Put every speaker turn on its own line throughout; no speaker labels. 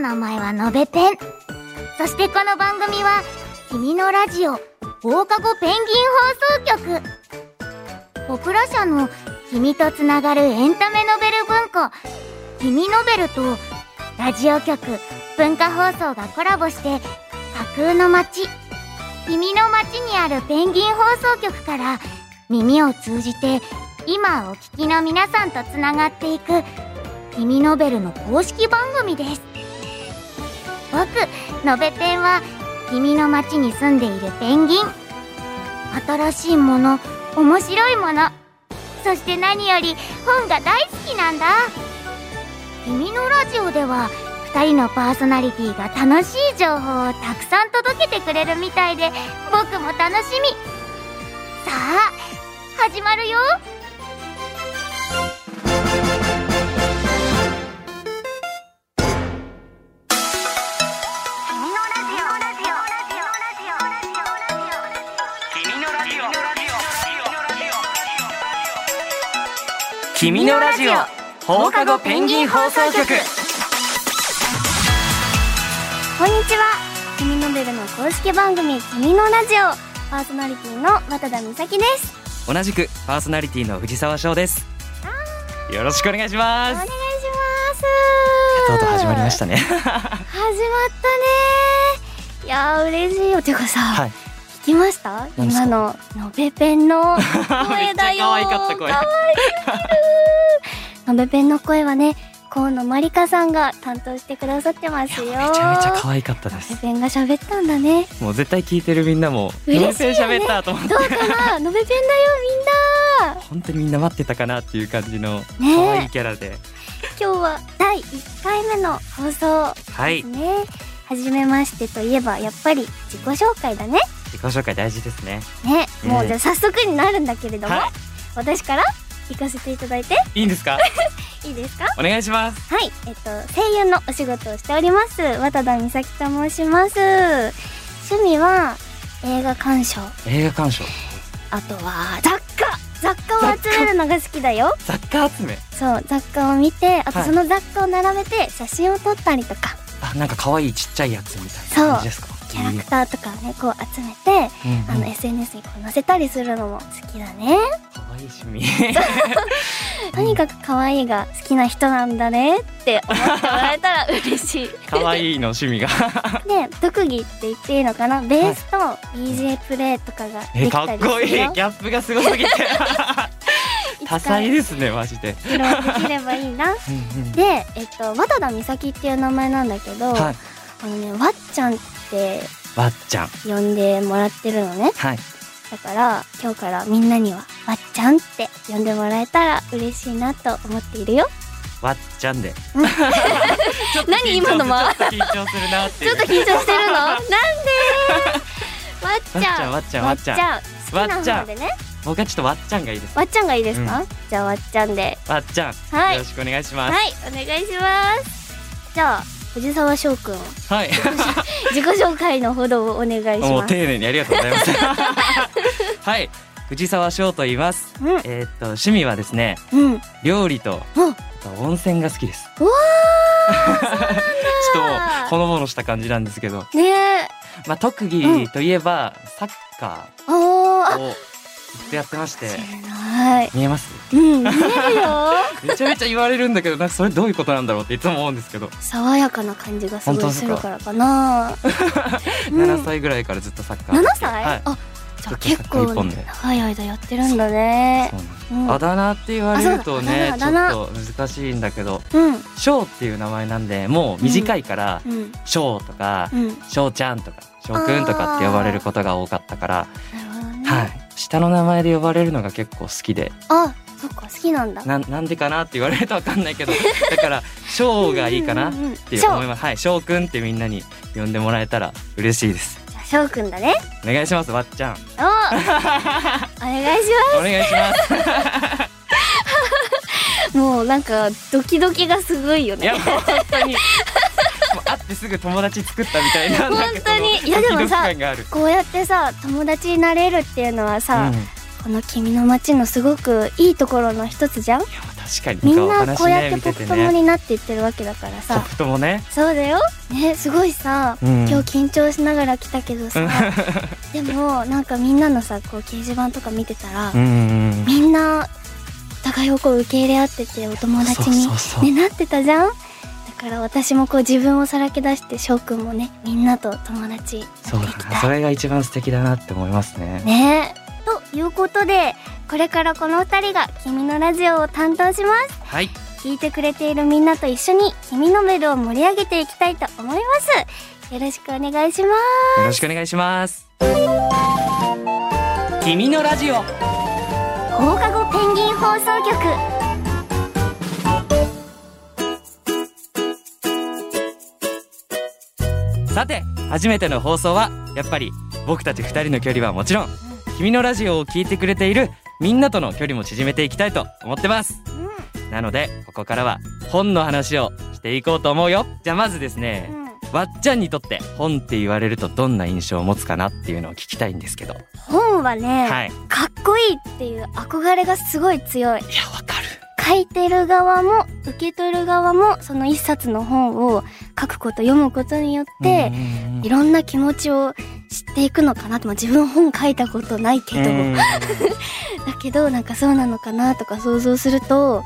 名前はのべペンそしてこの番組は君のラジオ放課後ペンギン放送局僕ら社の君とつながるエンタメノベル文庫君ノベルとラジオ局文化放送がコラボして架空の街君の街にあるペンギン放送局から耳を通じて今お聞きの皆さんとつながっていく君ノベルの公式番組です僕のべペンは君の街に住んでいるペンギン新しいもの面白いものそして何より本が大好きなんだ君のラジオでは2人のパーソナリティが楽しい情報をたくさん届けてくれるみたいで僕も楽しみさあ始まるよ
君のラジオ放課後ペンギン放送局
こんにちは君ノベルの公式番組「君のラジオ」パーソナリティの渡田美咲です
同じくパーソナリティの藤沢翔ですよろしくお願いし
お
ま
願いし
す
ます
とうとう始まりました たね
始まったねいやー嬉しいよてかさ、
はい。
聞きました
何です
今
か
ののべペンの声だよ
めっちゃ可愛かった声
可愛い のべペンの声はね河野まりかさんが担当してくださってますよ
めちゃめちゃ可愛かったで
のべ
す
ペンが喋ったんだね
もう絶対聞いてるみんなも
嬉しいよね
どうせ喋ったと思って
どうか なのべペンだよみんな
本当にみんな待ってたかなっていう感じの
ねえ
可愛いキャラで、
今日は第1回目の放送
は
で
い
すね、初めましてといえばやっぱり自己紹介だね
自己紹介大事ですね
ね、
え
もうじゃあ早速になるんだけれども、
は
私から行かせていただいて
いいんですか
いいですか
お願いします
はい、えっと声優のお仕事をしております渡田美咲と申します趣味は映画鑑賞
映画鑑賞
あとは雑貨雑貨を集めるのが好きだよ
雑貨集め
そう雑貨を見てあと
はい
その雑貨を並べて写真を撮ったりとか、
あなんか可愛いちっちゃいやつみたいな感じですか
キャラクターとかをねこう集めて、
うんうん
あの SNS にこう載せたりするのも好きだね
可愛い趣味
とにかく可愛いが好きな人なんだねって思ってもらえたら嬉 しいで
可愛いの趣味が
特技って言っていいのかなベースと DJ プレイとかが で
え
き
か
た
っ
りするよ、
こいいギャップがすご すぎて
いつか
多彩ですねマジで、
披露できればいい なで、えっと、渡田美咲っていう名前なんだけど、
はい
あのね、わっちゃんって
わっちゃん
呼んでもらってるのね
はい
だから今日からみんなにはわっちゃんって呼んでもらえたら嬉しいなと思っているよ
わっちゃんでちょっと緊張す る
何今の間
ちょっと緊張するなって
ち
い
ょ
う
っと緊張して るのなんでわっちゃん
わっちゃんわっちゃ
わっ
ん
ちゃん
わ
好
っ
き
ち
な
ゃん
方でね
僕はちょっとわっちゃんがいいです
わっちゃんがいいですか、じゃあわっちゃんで
わっちゃん、
はい
よろしくお願いしま
はいお願いしますじゃあ藤沢翔くん
すはい、
自己紹介のほどをお願いし
も
ま
う
す
丁寧にありがとうございます はい藤沢翔と言います
うん
えーっと趣味はですね
うんわ
料理と
うん
あと温泉が好きです
ー
ちょっとほのぼのした感じなんですけど、
ねえ
まあ、特技といえば、サッカ
おー
ー
あ
をずっとやってまして
知らない
見えます
うん見える よ
めちゃめちゃ言われるんだけどなんかそれどういうことなんだろうっていつも思うんですけど、
爽やかな感じがす
本当
ご
で
い
す
す
か
るからかな、うん、
7歳ぐらいからずっとサッカー
7歳、
はい
あじゃあ
ちょっと
結
サッカー
構
一本で
長い間やってるんだね
そうなんです
うん
あだ名って言われるとね
あ
ち
そうだあだ名あだ
ょっと難しいんだけど
うん
翔っていう名前なんでもう短いから
うん
翔、とか
うん
翔ちゃんとか翔くんとかって呼ばれることが多かったから、
なるほどね、
はい、下の名前で呼ばれるのが結構好きで
あそっか好きなんだ
ななんでかなって言われるとわかんないけどだから翔がいいかな
う
っ
んうんうん
て
翔
思いますはい翔くんってみんなに呼んでもらえたら嬉しいです
じゃあ翔くんだ ね
お願いしますわっちゃん
おお願いしま
お願いします
すもうなんかドキドキがすごいよ
いや
ね
もう本当にもう会ってすぐ友達作ったみたいななんかその
本当にいやでもさ
ドキドキ感がある
こうやってさ友達になれるっていうのはさ、
うんいや
この君の街のすごくいいところの一つじゃん
確確かに
みん
顔お
な
話
こうやっ
ね
て
見
ポ
て
ケ
て
友
ね
になっていってるわけだから
ポ
さ
ップともね
そうだよねすごいさ、
うん
今日緊張しながら来たけどさ でもなんかみんなのさこう掲示板とか見てたら、
うんうんうん
みんなお互いをこう受け入れ合っててお友達に
そうそうそう
ね、なってたじゃんだから私もこう自分をさらけ出して翔くんもねみんなと友達に
そ
な
う
っていき
だなそ
たい
れが一番素敵だなって思いますね
ねということでこれからこの2人が「君のラジオ」を担当します
はい
聞いてくれているみんなと一緒に「君のベル」を盛り上げていきたいと思いますよろしくお願いします
よろしくお願いします君のラジオ
放課後ペンギン放送局
さて初めての放送はやっぱり僕たち2人の距離はもちろん君のラジオを聞いてくれているみんなとの距離も縮めていきたいと思ってますなのでここからは本の話をしていこうと思うよじゃあまずですね
うん、うん、
わっちゃんにとって本って言われるとどんな印象を持つかなっていうのを聞きたいんですけどは
本はね、
いい
かっこいいっていう憧れがすごい強い
やわかる
書いてる側も受け取る側もその一冊の本を書くこと読むことによっていろんな気持ちを知っていくのかなとまあ自分本書いたことないけどだけどなんかそうなのかなとか想像すると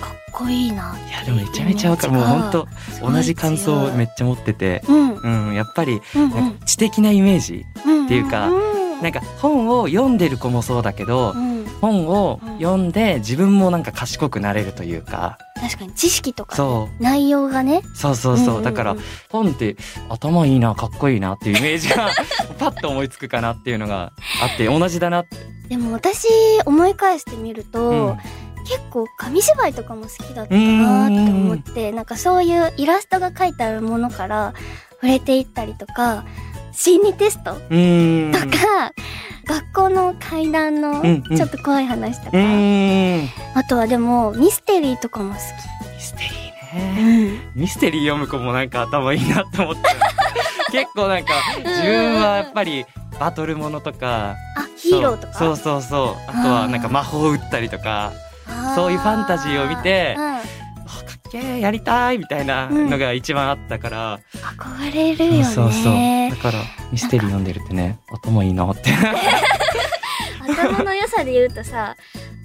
かっこいいない
やでもめちゃめちゃわかるもう本当
すごい強い
同じ感想をめっちゃ持ってて
うんうん
うんやっぱり
うん
なんか知的なイメージ
うん
っていうか
うん
なんか本を読んでる子もそうだけど
うん
本を
うん
読んで自分もなんか賢くなれるというか
確かに知識とか
そ
内容がね
うそうそうそう、
んんん
だから本って頭いいなかっこいいなっていうイメージ がパッと思いつくかなっていうのがあって同じだなって。
でも私思い返してみると、
うん
結構紙芝居とかも好きだったなって思ってなんかそういうイラストが書いてあるものから触れていったりとか心理テスト
うーん
とか、学校の階段の
うんうん
ちょっと怖い話とか、
うーんミ
あとはでもミステリーとかも好
ステリ
き、
ーねミステリー読む子もなんか頭いいなって 思って結構なんか自分はやっぱりバトルものとか
あヒーローとか
そうそうそうそうあとはなんか魔法打ったりとか
あ
そういうファンタジーを見て
うん
あかっけえやりたいみたいなのが一番あったから、
憧れるよね
そうそうそうだからミステリー読んでるってね頭いいなって
頭の良さで言うとさ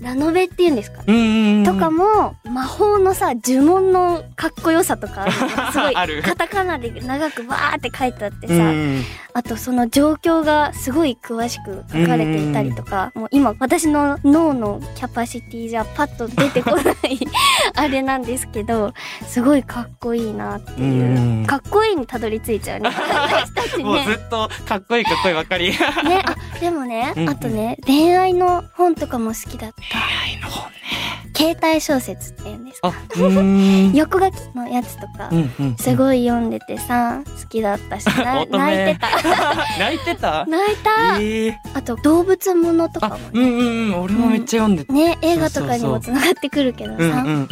ラノベっていうんですか
うんうんう ん
とかも魔法のさ呪文のかっこよさとかある のすごい
ある
カタカナで長くわーって書いてあって
う
さ、
んうん
あとその状況がすごい詳しく書かれていたりとか、もう今私の脳のキャパシティじゃパッと出てこない あれなんですけどすごいかっこいいなっていう、
うん
かっこいいにたどり着いちゃうね私たち
もうず
ね。
っとかっこいいかっこいいばっ かり恋
ね、あでもね、
うんうん
あとね恋愛の本とかも好きだった
愛の本ね
携帯小説っていうんですか
あうん
横書きのやつとか、
うんうん
す
い
ごい読んでてさ好きだったしな
乙女
泣いてた
泣い てた
泣いた
ええ
あと動物ものとか
あ
もね
うんうんうん俺もめっちゃ読んでた、
ね映画とかにもつながってくるけどさ
う
そうん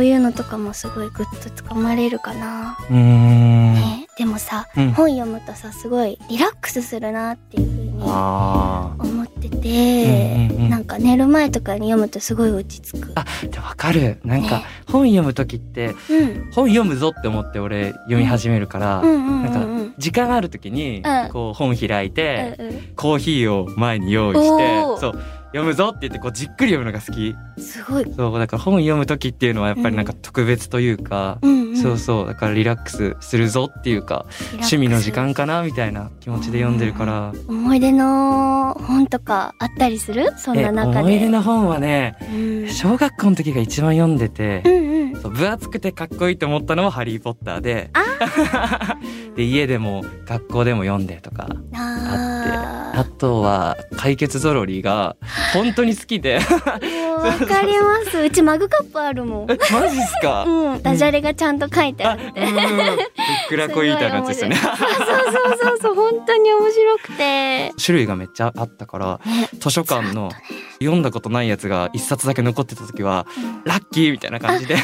うん
いうのとかもすごいグッとつかまれるかな、
うんうーん
ね、でもさ、
うん
本読むとさすごいリラックスするなっていうふうに
あ
思ってて、
うんうんうん
なんか寝る前とかに読むとすごい落ち着く
あーでわかるなんか
ね
本読む時って
うん
本読むぞって思って俺読み始めるから、
うんうんうんう
なん
うん
時間ある時に
うん
こう本開いて、
うん
コーヒーを前に用意して
おー
そう読むぞって言ってこうじっくり読むのが好き
すごい、
そうだから本読む時っていうのはやっぱりなんか特別というか、
うんうん、
そうそうだからリラックスするぞっていうか
リラックス
趣味の時間かなみたいな気持ちで読んでるから、
思い出の本とかあったりするそん
え
な中
思い
で。
出の本はね
うん
小学校の時が一番読んでて
う、んうん。
そう分厚くてかっこいいと思ったのは「ハリー・ポッターで」 で家でも学校でも読んでとかあ
あ
とは解決ゾロリが本当に好きで
ーもうわかります。うちマグカップあるも ん。
マジっすか、
うん、ダジャレがちゃんと書いてあ
あ、
る。
うん、いくらこいいたいなやつですよね。
そうそうそうそう、本当に面白くて。
種類がめっちゃあったから、
ね
図書館の読んだことないやつが一冊だけ残ってた時は、ラッキーみたいな感じで。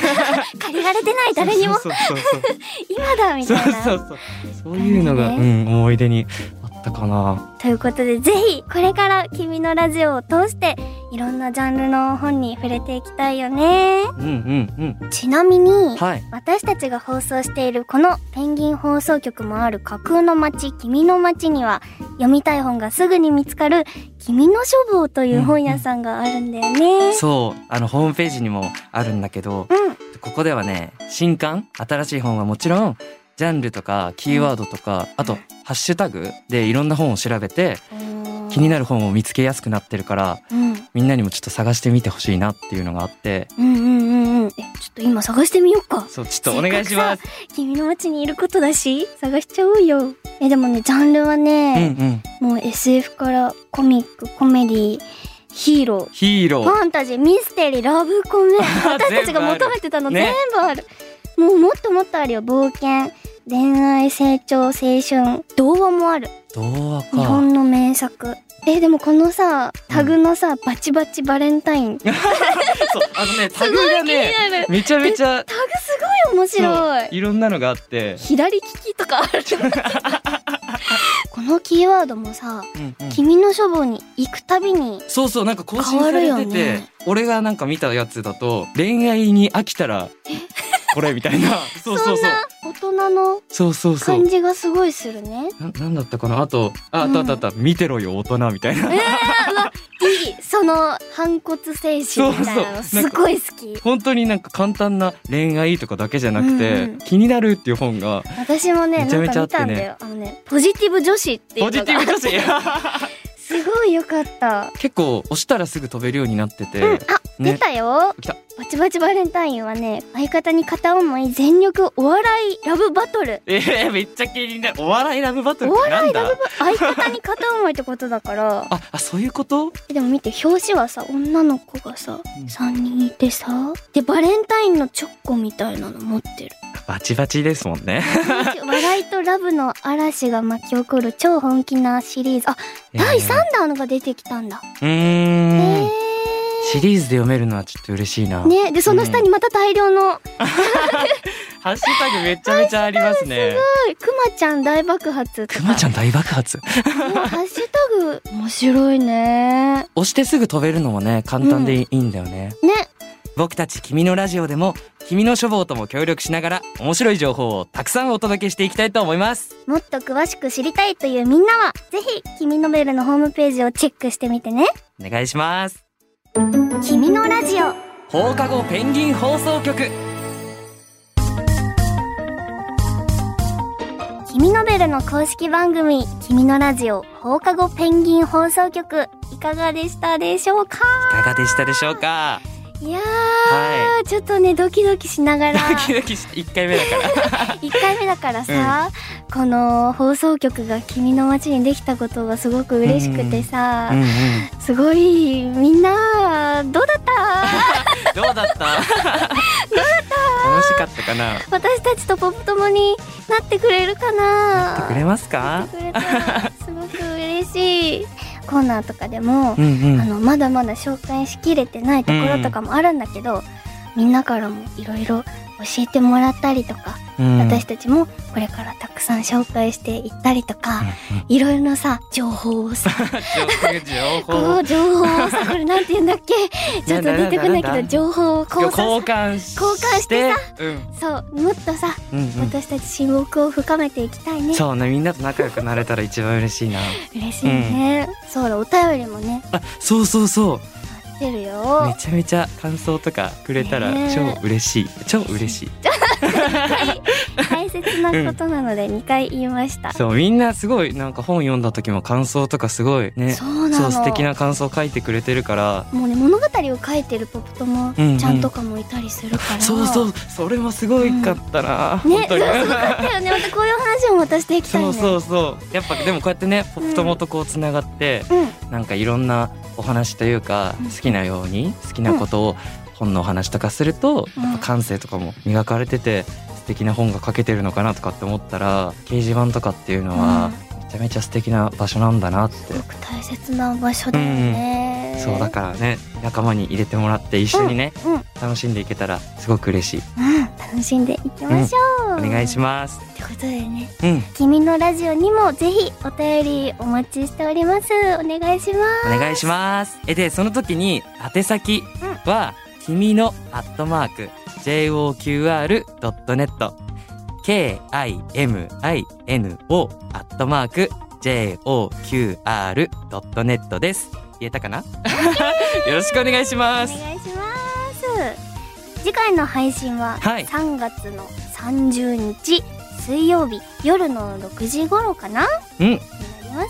借りられてない誰にも
そうそうそうそう
今だみ
そう
たいな
そ。うそう。そういうのが、
ね
うん、思い出にあったかな。
ということで、ぜひこれから君のラジオを通していろんなジャンルの本に触れていきたいよね
うんうん
ちなみ
うん
に
はい
私たちが放送しているこのペンギン放送局もある架空の街君の街には読みたい本がすぐに見つかる君の書房という本屋さんがあるんだよね。
そうあのホームページにもあるんだけど
うん、
ここではね新刊新しい本はもちろんジャンルとかキーワードとかあとハッシュタグでいろんな本を調べて気になる本を見つけやすくなってるから
うん、
みんなにもちょっと探してみてほしいなっていうのがあって
うんうんうんうんえちょっと今探してみようか
そうちょっとお願いします
君の街にいることだし探しちゃおうよえでもねジャンルは
うんう
ね、
ん
もう SF からコミックコメディヒーロー
ヒーロ
フ
ー
ァンタジーミステリーラブコ メ私たちが求めてたの全部ある,、もうもっともっとあるよ冒険恋愛成長青春童話もある
童話
日
か
本の名作えでもこのさタグのさ、バチバチバレンタインす
そうあのねタグ
ごい気
が
に
ね
なる
めちゃめちゃ
タグすごい面白い
いろんなのがあって、
左利きとか あるこのキーワードもさ
うんうん
君の書房に行くたびに
そうそうなんか更新され
変わ
て
るよ
て、
ね
俺がなんか見たやつだと恋愛に飽きたらこれみた いなそうそうそう
大人の
そうそうそう
感じがすごいするね
ななんだったかなあとああったあったあった、見てろよ大人みたいな
いいその反骨精神みたいなの
そうそう
すごい好き
本当になんか簡単な恋愛とかだけじゃなくて、
うんうん
気になるっていう本が
私もね
めちゃ
なん
めちゃ
か
あ
見た
って
ん
ね
だよあのねポジティブ女子っていう
ポ
の
ジ
が
ティブ女子
すごいよかった、
結構押したらすぐ飛べるようになってて、
うんあ出たよ
来た
バチバチバレンタインはね相方に片思い全力お笑いラブバトル
えー、めっちゃ気になるお笑いラブバトルっ
お
てなんだ
相方に片思いってことだから
ああそういうこと
でも見て表紙はさ女の子がさ
うん
3人いてさでバレンタインのチョコみたいなの持ってる
バチバチですもんね
笑いとラブの嵐が巻き起こる超本気なシリーズあ第3弾のが出てきたんだ
うー
へ
ん、
え
シリーズで読めるのはちょっと嬉しいな、
ねでその下にまた大量の
ハッシュタグめちゃめちゃありますね
「くまちゃん大爆発」と
く
か
まちゃん大爆発
ゃんもうハッシュタグ面白いね
押してすぐ飛べるのもね簡単でいいいいんだよね、
ね
僕たち君のラジオでも君の書房とも協力しながら面白い情報をたくさんお届けしていきたいと思います
もっと詳しく知りたいというみんなはぜひ「君のベル」のホームページをチェックしてみてね
お願いします
「君のラジオ」
放課後ペンギン放送局
君のベルの公式番組「君のラジオ放課後ペンギン放送局」いかがでしたでしょうか
いかがでしたでしょうか
いやー、
は
ちょっとねドキドキしながら
ドキドキして1回目だから
1回目だからさ、この放送局が君の街にできたことがすごく嬉しくてさ、
うんうん
すごいみんなどうだった
どうだったどうだった楽しかったかな
私たちとポップ友になってくれるかな
くれますか
くれたらすごく嬉しいコーナーとかでも
うんう
あ
ん
のまだまだ紹介しきれてないところとかもあるんだけど、みんなからもいろいろ教えてもらったりとか、
うん
私たちもこれからたくさん紹介していったりとか、いろいろなさ情報を さ
情
こ
報
う情報をさこれなんて言うんだっけちょっと出てこない
なんだな
けど
んだ
情報をこうさ
交換し
交換して
うん
そうもっとさ、
うんうん
私たち親睦を深めていきたいね
そうねみんなと仲良くなれたら一番嬉しいな
嬉しいね、そうだお便りもね
あそうそうそう
出るよ
めちゃめちゃ感想とかくれたら
ね
超嬉しい、超嬉しい
大切なことなので2回言いました、
そうみんなすごいなんか本読んだ時も感想とかすごいね
そうな
そ
の
う素敵な感想書いてくれてるから
もうね物語を書いてるポップとも
うんうん
ちゃんとかもいたりするから、
そうそう
ね
それもすごいかったな、
そ
本当
れ
に
はすごかったよねまたこういう話も私できたい ね
そうそうそうやっぱでもこうやってねポップ友とこうつながって、
うん
なんかいろんなお話というか、
うん
好きなように好きなことを本のお話とかすると、
うん
やっぱ感性とかも磨かれてて素敵な本が書けてるのかなとかって思ったら掲示板とかっていうのはめちゃめちゃ素敵な場所なんだなって、
すごく大切な場所だよね、
そうだからね仲間に入れてもらって一緒にね、
うんうん
楽しんでいけたらすごく嬉しい。
うん楽しんでいきましょう、
お願いします
ということでね
うん
君のラジオにもぜひお便りお待ちしておりますお願いしま
お願いしますえでその時に宛先は、君のアットマーク JOQR.net KIMINO アットマーク JOQR.net です言えたかなよろしくお願いします
お
す
願いします次回の配信は
はい
3月の30日水曜日夜の6時頃かな
うん
になります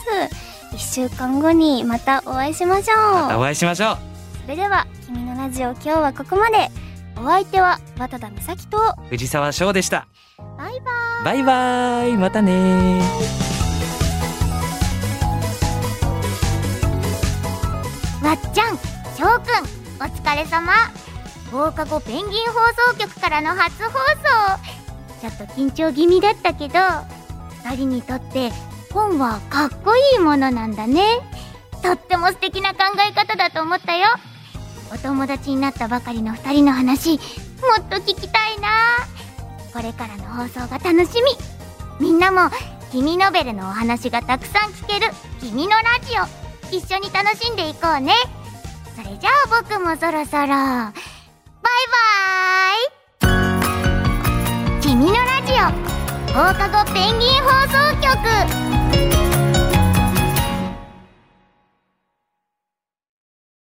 1週間後にまたお会いしましょう
またお会いしましょう
それでは「君のラジオ」今日はここまでお相手は渡田美咲と
藤沢翔でした
バイバイ
バイバイまたね
わっちゃん翔くんお疲れ様放課後ペンギン放送局からの初放送ちょっと緊張気味だったけど二人にとって本はかっこいいものなんだねとっても素敵な考え方だと思ったよお友達になったばかりの二人の話もっと聞きたいなこれからの放送が楽しみみんなも「君ノベル」のお話がたくさん聞ける「君のラジオ」一緒に楽しんでいこうねそれじゃあ僕もそろそろバイバーイ君のラジオ放課後ペンギン放送局